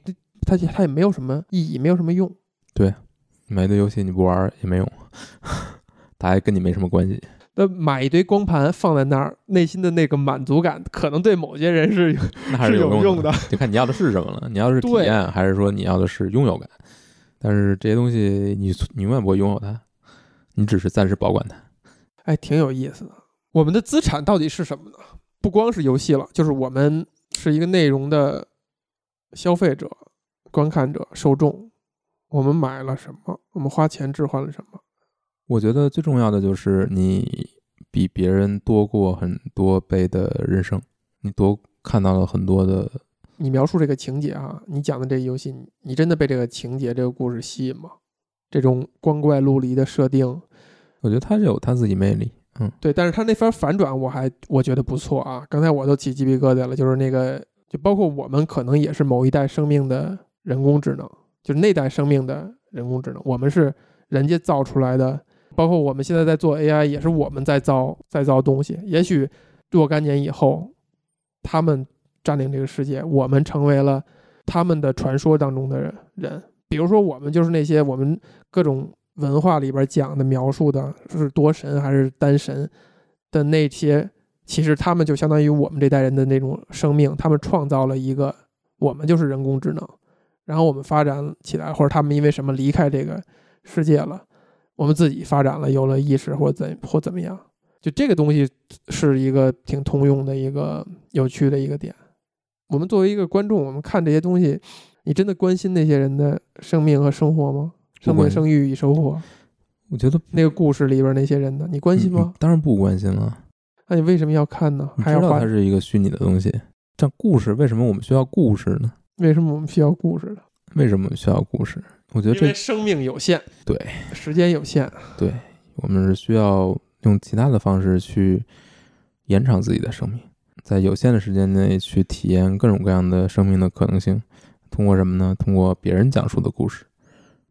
它它也没有什么意义，没有什么用。买一堆游戏你不玩儿也没用， 它还跟你没什么关系。那买一堆光盘放在那儿，内心的那个满足感，可能对某些人是有那还是有有用的，的。就看你要的是什么了。你要的是体对验，还是说你要的是拥有感？但是这些东西你你永远不会拥有它，你只是暂时保管它。哎，挺有意思的。我们的资产到底是什么呢？不光是游戏了，就是我们是一个内容的消费者、观看者、受众。我们买了什么？我们花钱置换了什么？我觉得最重要的就是你比别人多过很多倍的人生，你多看到了很多的你描述这个情节啊，你讲的这个游戏，你你真的被这个情节、这个故事吸引吗？这种光怪陆离的设定，我觉得他是有他自己魅力，嗯，对，但是他那番反转我还我觉得不错啊，刚才我都起鸡皮疙瘩了，就是那个，就包括我们可能也是某一代生命的人工智能，就是那代生命的人工智能，我们是人家造出来的，包括我们现在在做 AI，也是我们在造在造东西，也许若干年以后，他们占领这个世界，我们成为了他们的传说当中的人，比如说我们就是那些我们各种文化里边讲的描述的是多神还是单神的那些，其实他们就相当于我们这代人的那种生命，他们创造了一个我们就是人工智能，然后我们发展起来，或者他们因为什么离开这个世界了，我们自己发展了，有了意识或怎或怎么样，就这个东西是一个挺通用的一个有趣的一个点。我们作为一个观众，我们看这些东西，你真的关心那些人的生命和生活吗？生不关命、心生育与收获。我觉得那个故事里边那些人的，你关心嗯吗？当然不关心了，那你为什么要看呢？你还知要道花它？是一个虚拟的东西，但故事为什么我们需要故事呢？为什么我们需要故事呢？为什么我们需要故事？我觉得因为这生命有限，对，时间有限，我们是需要用其他的方式去延长自己的生命，在有限的时间内去体验各种各样的生命的可能性。通过什么呢？通过别人讲述的故事，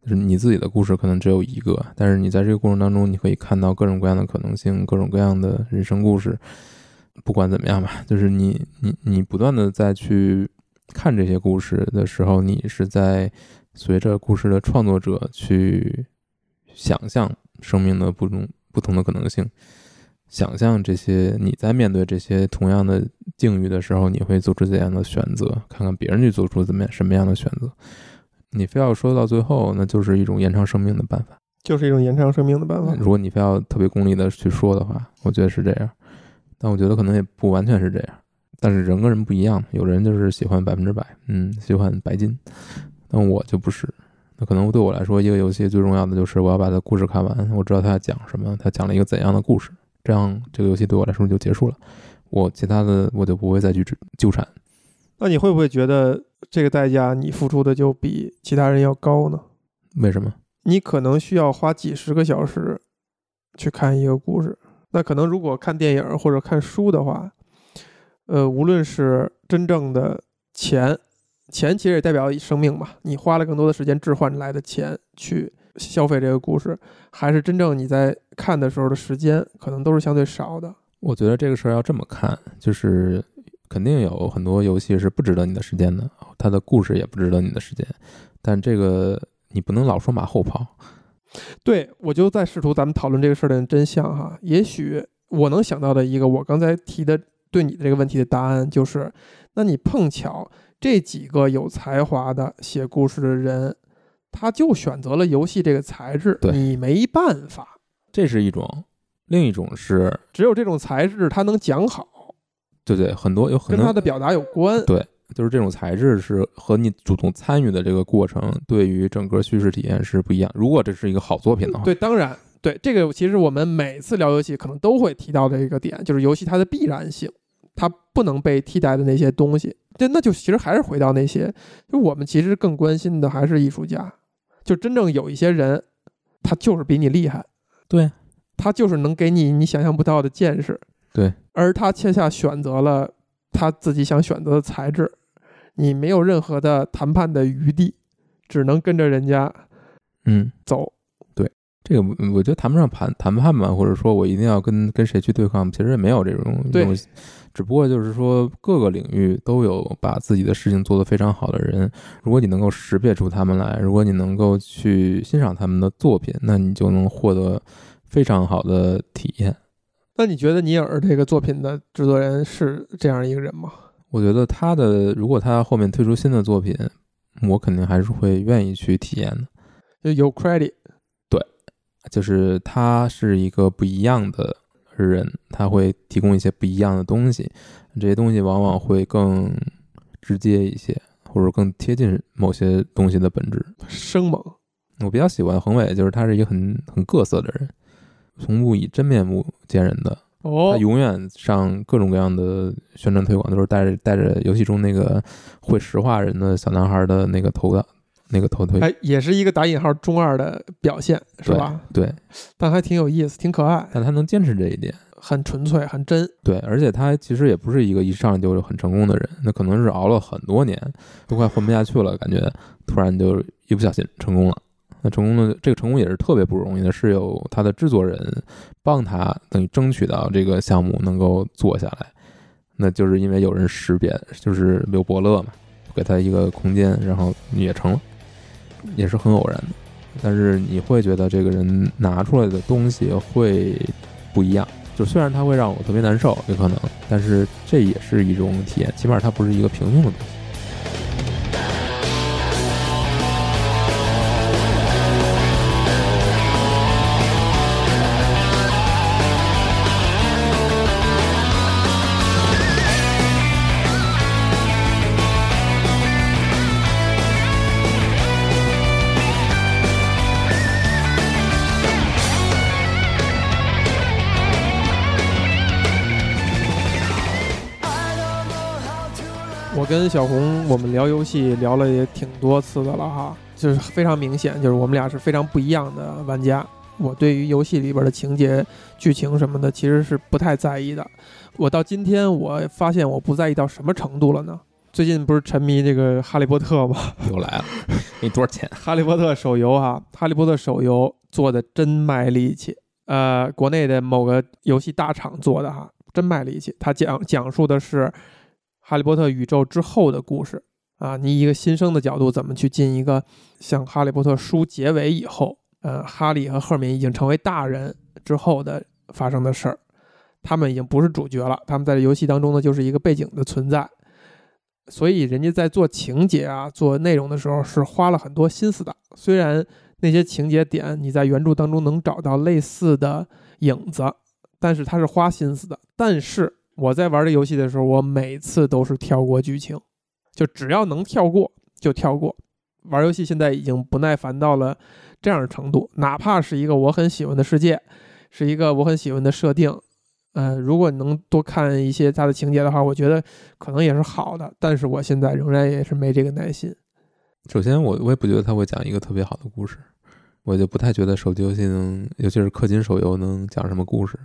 就是你自己的故事可能只有一个，但是你在这个过程当中，你可以看到各种各样的可能性，各种各样的人生故事。不管怎么样吧，就是你你你不断的再去看这些故事的时候，你是在随着故事的创作者去想象生命的不同不同的可能性，想象这些你在面对这些同样的境遇的时候，你会做出怎样的选择？看看别人去做出怎么样什么样的选择。你非要说到最后，那就是一种延长生命的办法。就是一种延长生命的办法。如果你非要特别功利的去说的话，我觉得是这样，但我觉得可能也不完全是这样。但是人跟人不一样，有人就是喜欢百分之百，嗯，喜欢白金，但我就不是。那可能对我来说，一个游戏最重要的就是我要把它故事看完，我知道它讲什么，它讲了一个怎样的故事，这样这个游戏对我来说就结束了。我其他的我就不会再去纠缠。那你会不会觉得这个代价你付出的就比其他人要高呢？为什么？你可能需要花几十个小时去看一个故事。那可能如果看电影或者看书的话，呃，无论是真正的钱，钱其实也代表生命嘛，你花了更多的时间置换来的钱去消费这个故事，还是真正你在看的时候的时间，可能都是相对少的。我觉得这个事儿要这么看，就是肯定有很多游戏是不值得你的时间的，它的故事也不值得你的时间，但这个你不能老说马后炮。对，我就在试图咱们讨论这个事儿的真相哈。也许我能想到的一个我刚才提的对你的这个问题的答案就是，那你碰巧这几个有才华的写故事的人，他就选择了游戏这个材质，对你没办法。这是一种，另一种是，只有这种材质，他能讲好，对对，很多有很跟多他的表达有关。就是这种材质是和你主动参与的这个过程，对于整个叙事体验是不一样。如果这是一个好作品的话，对，当然，对这个其实我们每次聊游戏可能都会提到的一个点，就是游戏它的必然性，它不能被替代的那些东西。对，那就其实还是回到那些，就我们其实更关心的还是艺术家，就真正有一些人，他就是比你厉害，对他就是能给你你想象不到的见识。对，而他恰恰选择了他自己想选择的材质，你没有任何的谈判的余地，只能跟着人家嗯，走。这个嗯我觉得谈不上谈谈判吧，或者说我一定要跟跟谁去对抗，其实也没有这种对东西，只不过就是说各个领域都有把自己的事情做得非常好的人，如果你能够识别出他们来，如果你能够去欣赏他们的作品，那你就能获得非常好的体验。那你觉得尼尔这个作品的制作人是这样一个人吗？我觉得他的如果他后面推出新的作品，我肯定还是会愿意去体验的。就有 credit，就是他是一个不一样的人，他会提供一些不一样的东西，这些东西往往会更直接一些，或者更贴近某些东西的本质。生猛，我比较喜欢恒伟，就是他是一个很很各色的人，从不以真面目见人的，他哦，永远上各种各样的宣传推广，都是带着带着游戏中那个会石化人的小男孩的那个头的那个头推，哎，也是一个打引号中二的表现，是吧？对，但还挺有意思，挺可爱，但他能坚持这一点。很纯粹，很真。对，而且他其实也不是一个一上来就很成功的人，那可能是熬了很多年，都快混不下去了，感觉突然就一不小心成功了。那成功的这个成功也是特别不容易的，是有他的制作人帮他等于争取到这个项目能够做下来，那就是因为有人识别，就是刘伯乐嘛，给他一个空间，然后也成了，也是很偶然的。但是你会觉得这个人拿出来的东西会不一样，就虽然它会让我特别难受，有可能，但是这也是一种体验，起码它不是一个平庸的东西。我跟小红我们聊游戏聊了也挺多次的了哈，就是非常明显，就是我们俩是非常不一样的玩家。我对于游戏里边的情节、剧情什么的，其实是不太在意的。我到今天，我发现我不在意到什么程度了呢？最近不是沉迷这个《哈利波特》吗？又来 了，给你多少钱？ 《哈利波特》手游哈，《哈利波特》手游做的真卖力气。呃，国内的某个游戏大厂做的哈，真卖力气。它讲讲述的是《哈利波特》宇宙之后的故事啊，你以一个新生的角度怎么去进一个像《哈利波特》书结尾以后，呃，哈利和赫敏已经成为大人之后的发生的事儿。他们已经不是主角了，他们在这游戏当中呢，就是一个背景的存在。所以人家在做情节啊、做内容的时候是花了很多心思的。虽然那些情节点你在原著当中能找到类似的影子，但是它是花心思的。但是我在玩这游戏的时候，我每次都是跳过剧情，就只要能跳过就跳过。玩游戏现在已经不耐烦到了这样的程度，哪怕是一个我很喜欢的世界，是一个我很喜欢的设定，呃，如果你能多看一些它的情节的话，我觉得可能也是好的。但是我现在仍然也是没这个耐心。首先我，我也不觉得他会讲一个特别好的故事，我就不太觉得手机游戏能，尤其是氪金手游能讲什么故事。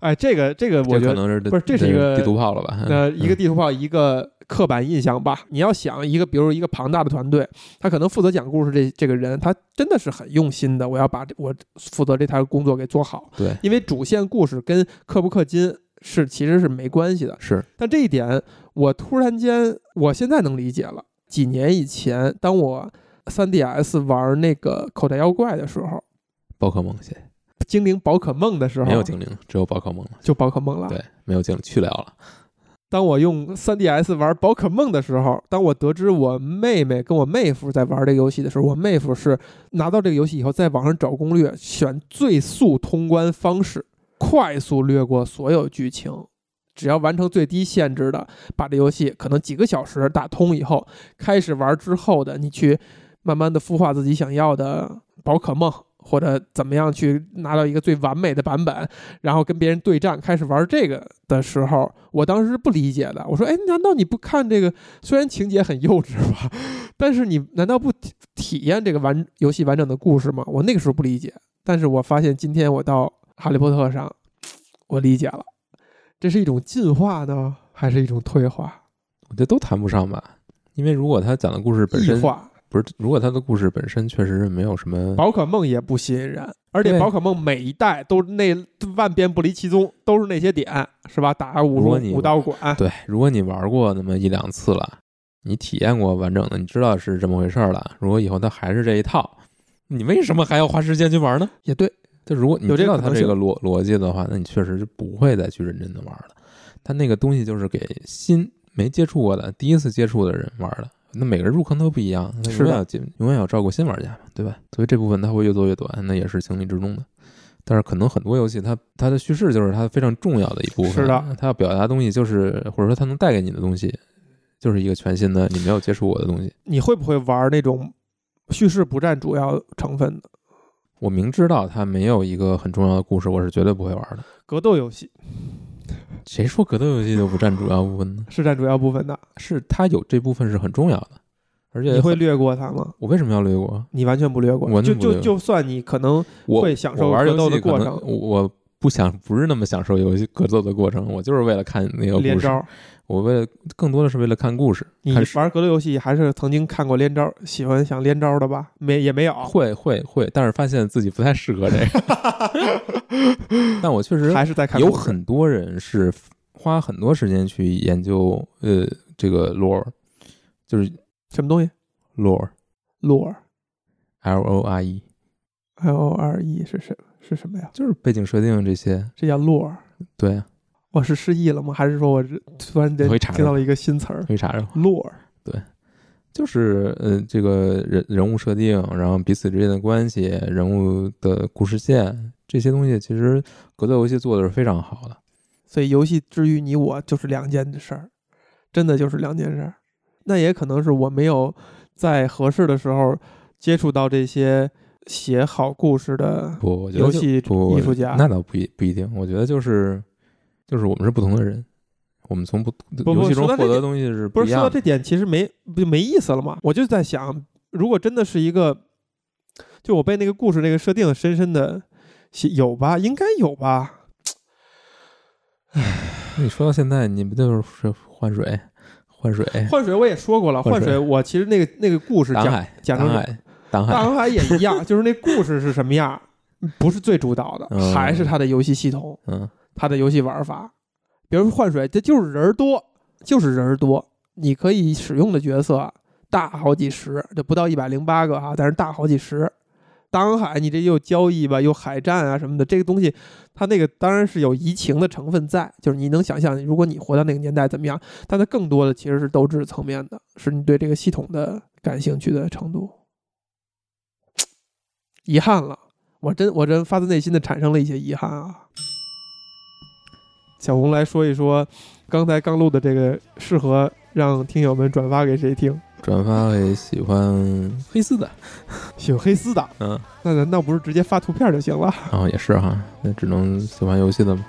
哎，这个这个，我这觉可得能是不是这是一个地图炮了吧？ 呃，一个嗯地图炮，一个刻板印象吧。你要想一个，比如一个庞大的团队，他可能负责讲故事这这个人，他真的是很用心的。我要把这我负责这摊工作给做好，对因为主线故事跟氪不氪金是其实是没关系的。是但这一点，我突然间，我现在能理解了。几年以前，当我 3DS 玩那个口袋妖怪的时候，宝可梦，谢谢。精灵宝可梦的时候，没有精灵，只有宝可梦了。就宝可梦了。对，没有精灵，去聊了。当我用 3DS 玩宝可梦的时候，当我得知我妹妹跟我妹夫在玩这个游戏的时候，我妹夫是拿到这个游戏以后，在网上找攻略，选最速通关方式，快速略过所有剧情，只要完成最低限制的，把这游戏可能几个小时打通以后，开始玩之后的，你去慢慢的孵化自己想要的宝可梦。或者怎么样去拿到一个最完美的版本，然后跟别人对战，开始玩这个的时候，我当时是不理解的。我说：“哎，难道你不看这个？虽然情节很幼稚吧，但是你难道不体体验这个完游戏完整的故事吗？”我那个时候不理解，但是我发现今天我到《哈利波特》上，我理解了。这是一种进化呢，还是一种退化、我觉得都谈不上吧，因为如果他讲的故事 本异身化？不是，如果他的故事本身确实是没有什么宝可梦也不吸引人，而且对宝可梦每一代都那万变不离其宗，都是那些点，是吧？打如五果十你五道馆，对，如果你玩过那么一两次了，你体验过完整的，你知道是这么回事儿了。如果以后它还是这一套，你为什么还要花时间去玩呢？也对。就如果你有这知个道可它能这性个逻逻辑的话，那你确实是不会再去认真的玩了。它那个东西就是给新没接触过的、第一次接触的人玩的。那每个人入坑都不一样，那是永的远要进永远要照顾新玩家嘛，对吧？所以这部分它会越做越短，那也是情理之中的。但是可能很多游戏它它的叙事就是它非常重要的一部分，是的，它要表达的东西就是或者说它能带给你的东西，就是一个全新的你没有接触过的东西。你会不会玩那种叙事不占主要成分的我明知道它没有一个很重要的故事，我是绝对不会玩的。格斗游戏？谁 说格斗游戏就不占主要部分呢？是占主要部分的，是它有这部分是很重要的，而且你会略过它吗？我为什么要略过？你完全不略过，完就全不略过就就算你可能我会享受我玩格游斗的戏可过能程我我不想不是那么享受游戏格斗的过程，我就是为了看那个连故事。招，我为了更多的是为了看故事，你看书玩格斗游戏还是曾经看过连招，喜欢想连招的吧？没 也没有，会会会，但是发现自己不太适合这个。 但我确实还是在看有故事很多人是花很多时间去研究呃这个 lore，就是什么东西 lore ？lore l o r e， l o r e 是什是什么呀？就是背景设定这些。这叫 lore。对啊，我是失忆了吗？还是说我这突然间回查查听到了一个新词儿可以查查。 lore？就是呃，这个人人物设定，然后彼此之间的关系，人物的故事线这些东西，其实格斗游戏做的是非常好的。所以游戏之于你我就是两件事儿，真的就是两件事儿。那也可能是我没有在合适的时候接触到这些写好故事的。不，我觉得游就戏不不艺术家那倒不一不一定。我觉得就是就是我们是不同的人，我们从不不游戏中说到获这得点的东西是不一是说样到的。这点，其实没不就没意思了吗？我就在想，如果真的是一个，就我被那个故事那个设定深深的有吧，应该有吧。你说到现在，你不就是换水换水换水我也说过了，换换水水我其实那个那个故事挡讲海讲挡成海挡大海航海也 一样，就是那故事是什么样，不是最主导的，嗯还是它的游戏系统、嗯，它的游戏玩法。比如说换水，这就是人儿多，就是人儿多，你可以使用的角色大好几十，就不到一百零八个啊，但是大好几十。大航海，你这又交易吧，又海战啊什么的，这个东西，它那个当然是有移情的成分在，就是你能想象，如果你活到那个年代怎么样？但它更多的其实是斗志层面的，是你对这个系统的感兴趣的程度。遗憾了，我真我真发自内心的产生了一些遗憾啊。小红来说一说，刚才刚录的这个适合让听友们转发给谁听？转发给喜欢黑丝的，喜欢黑丝的，嗯，那难道不是直接发图片就行了？哦然后也是哈，那只能喜欢游戏的嘛。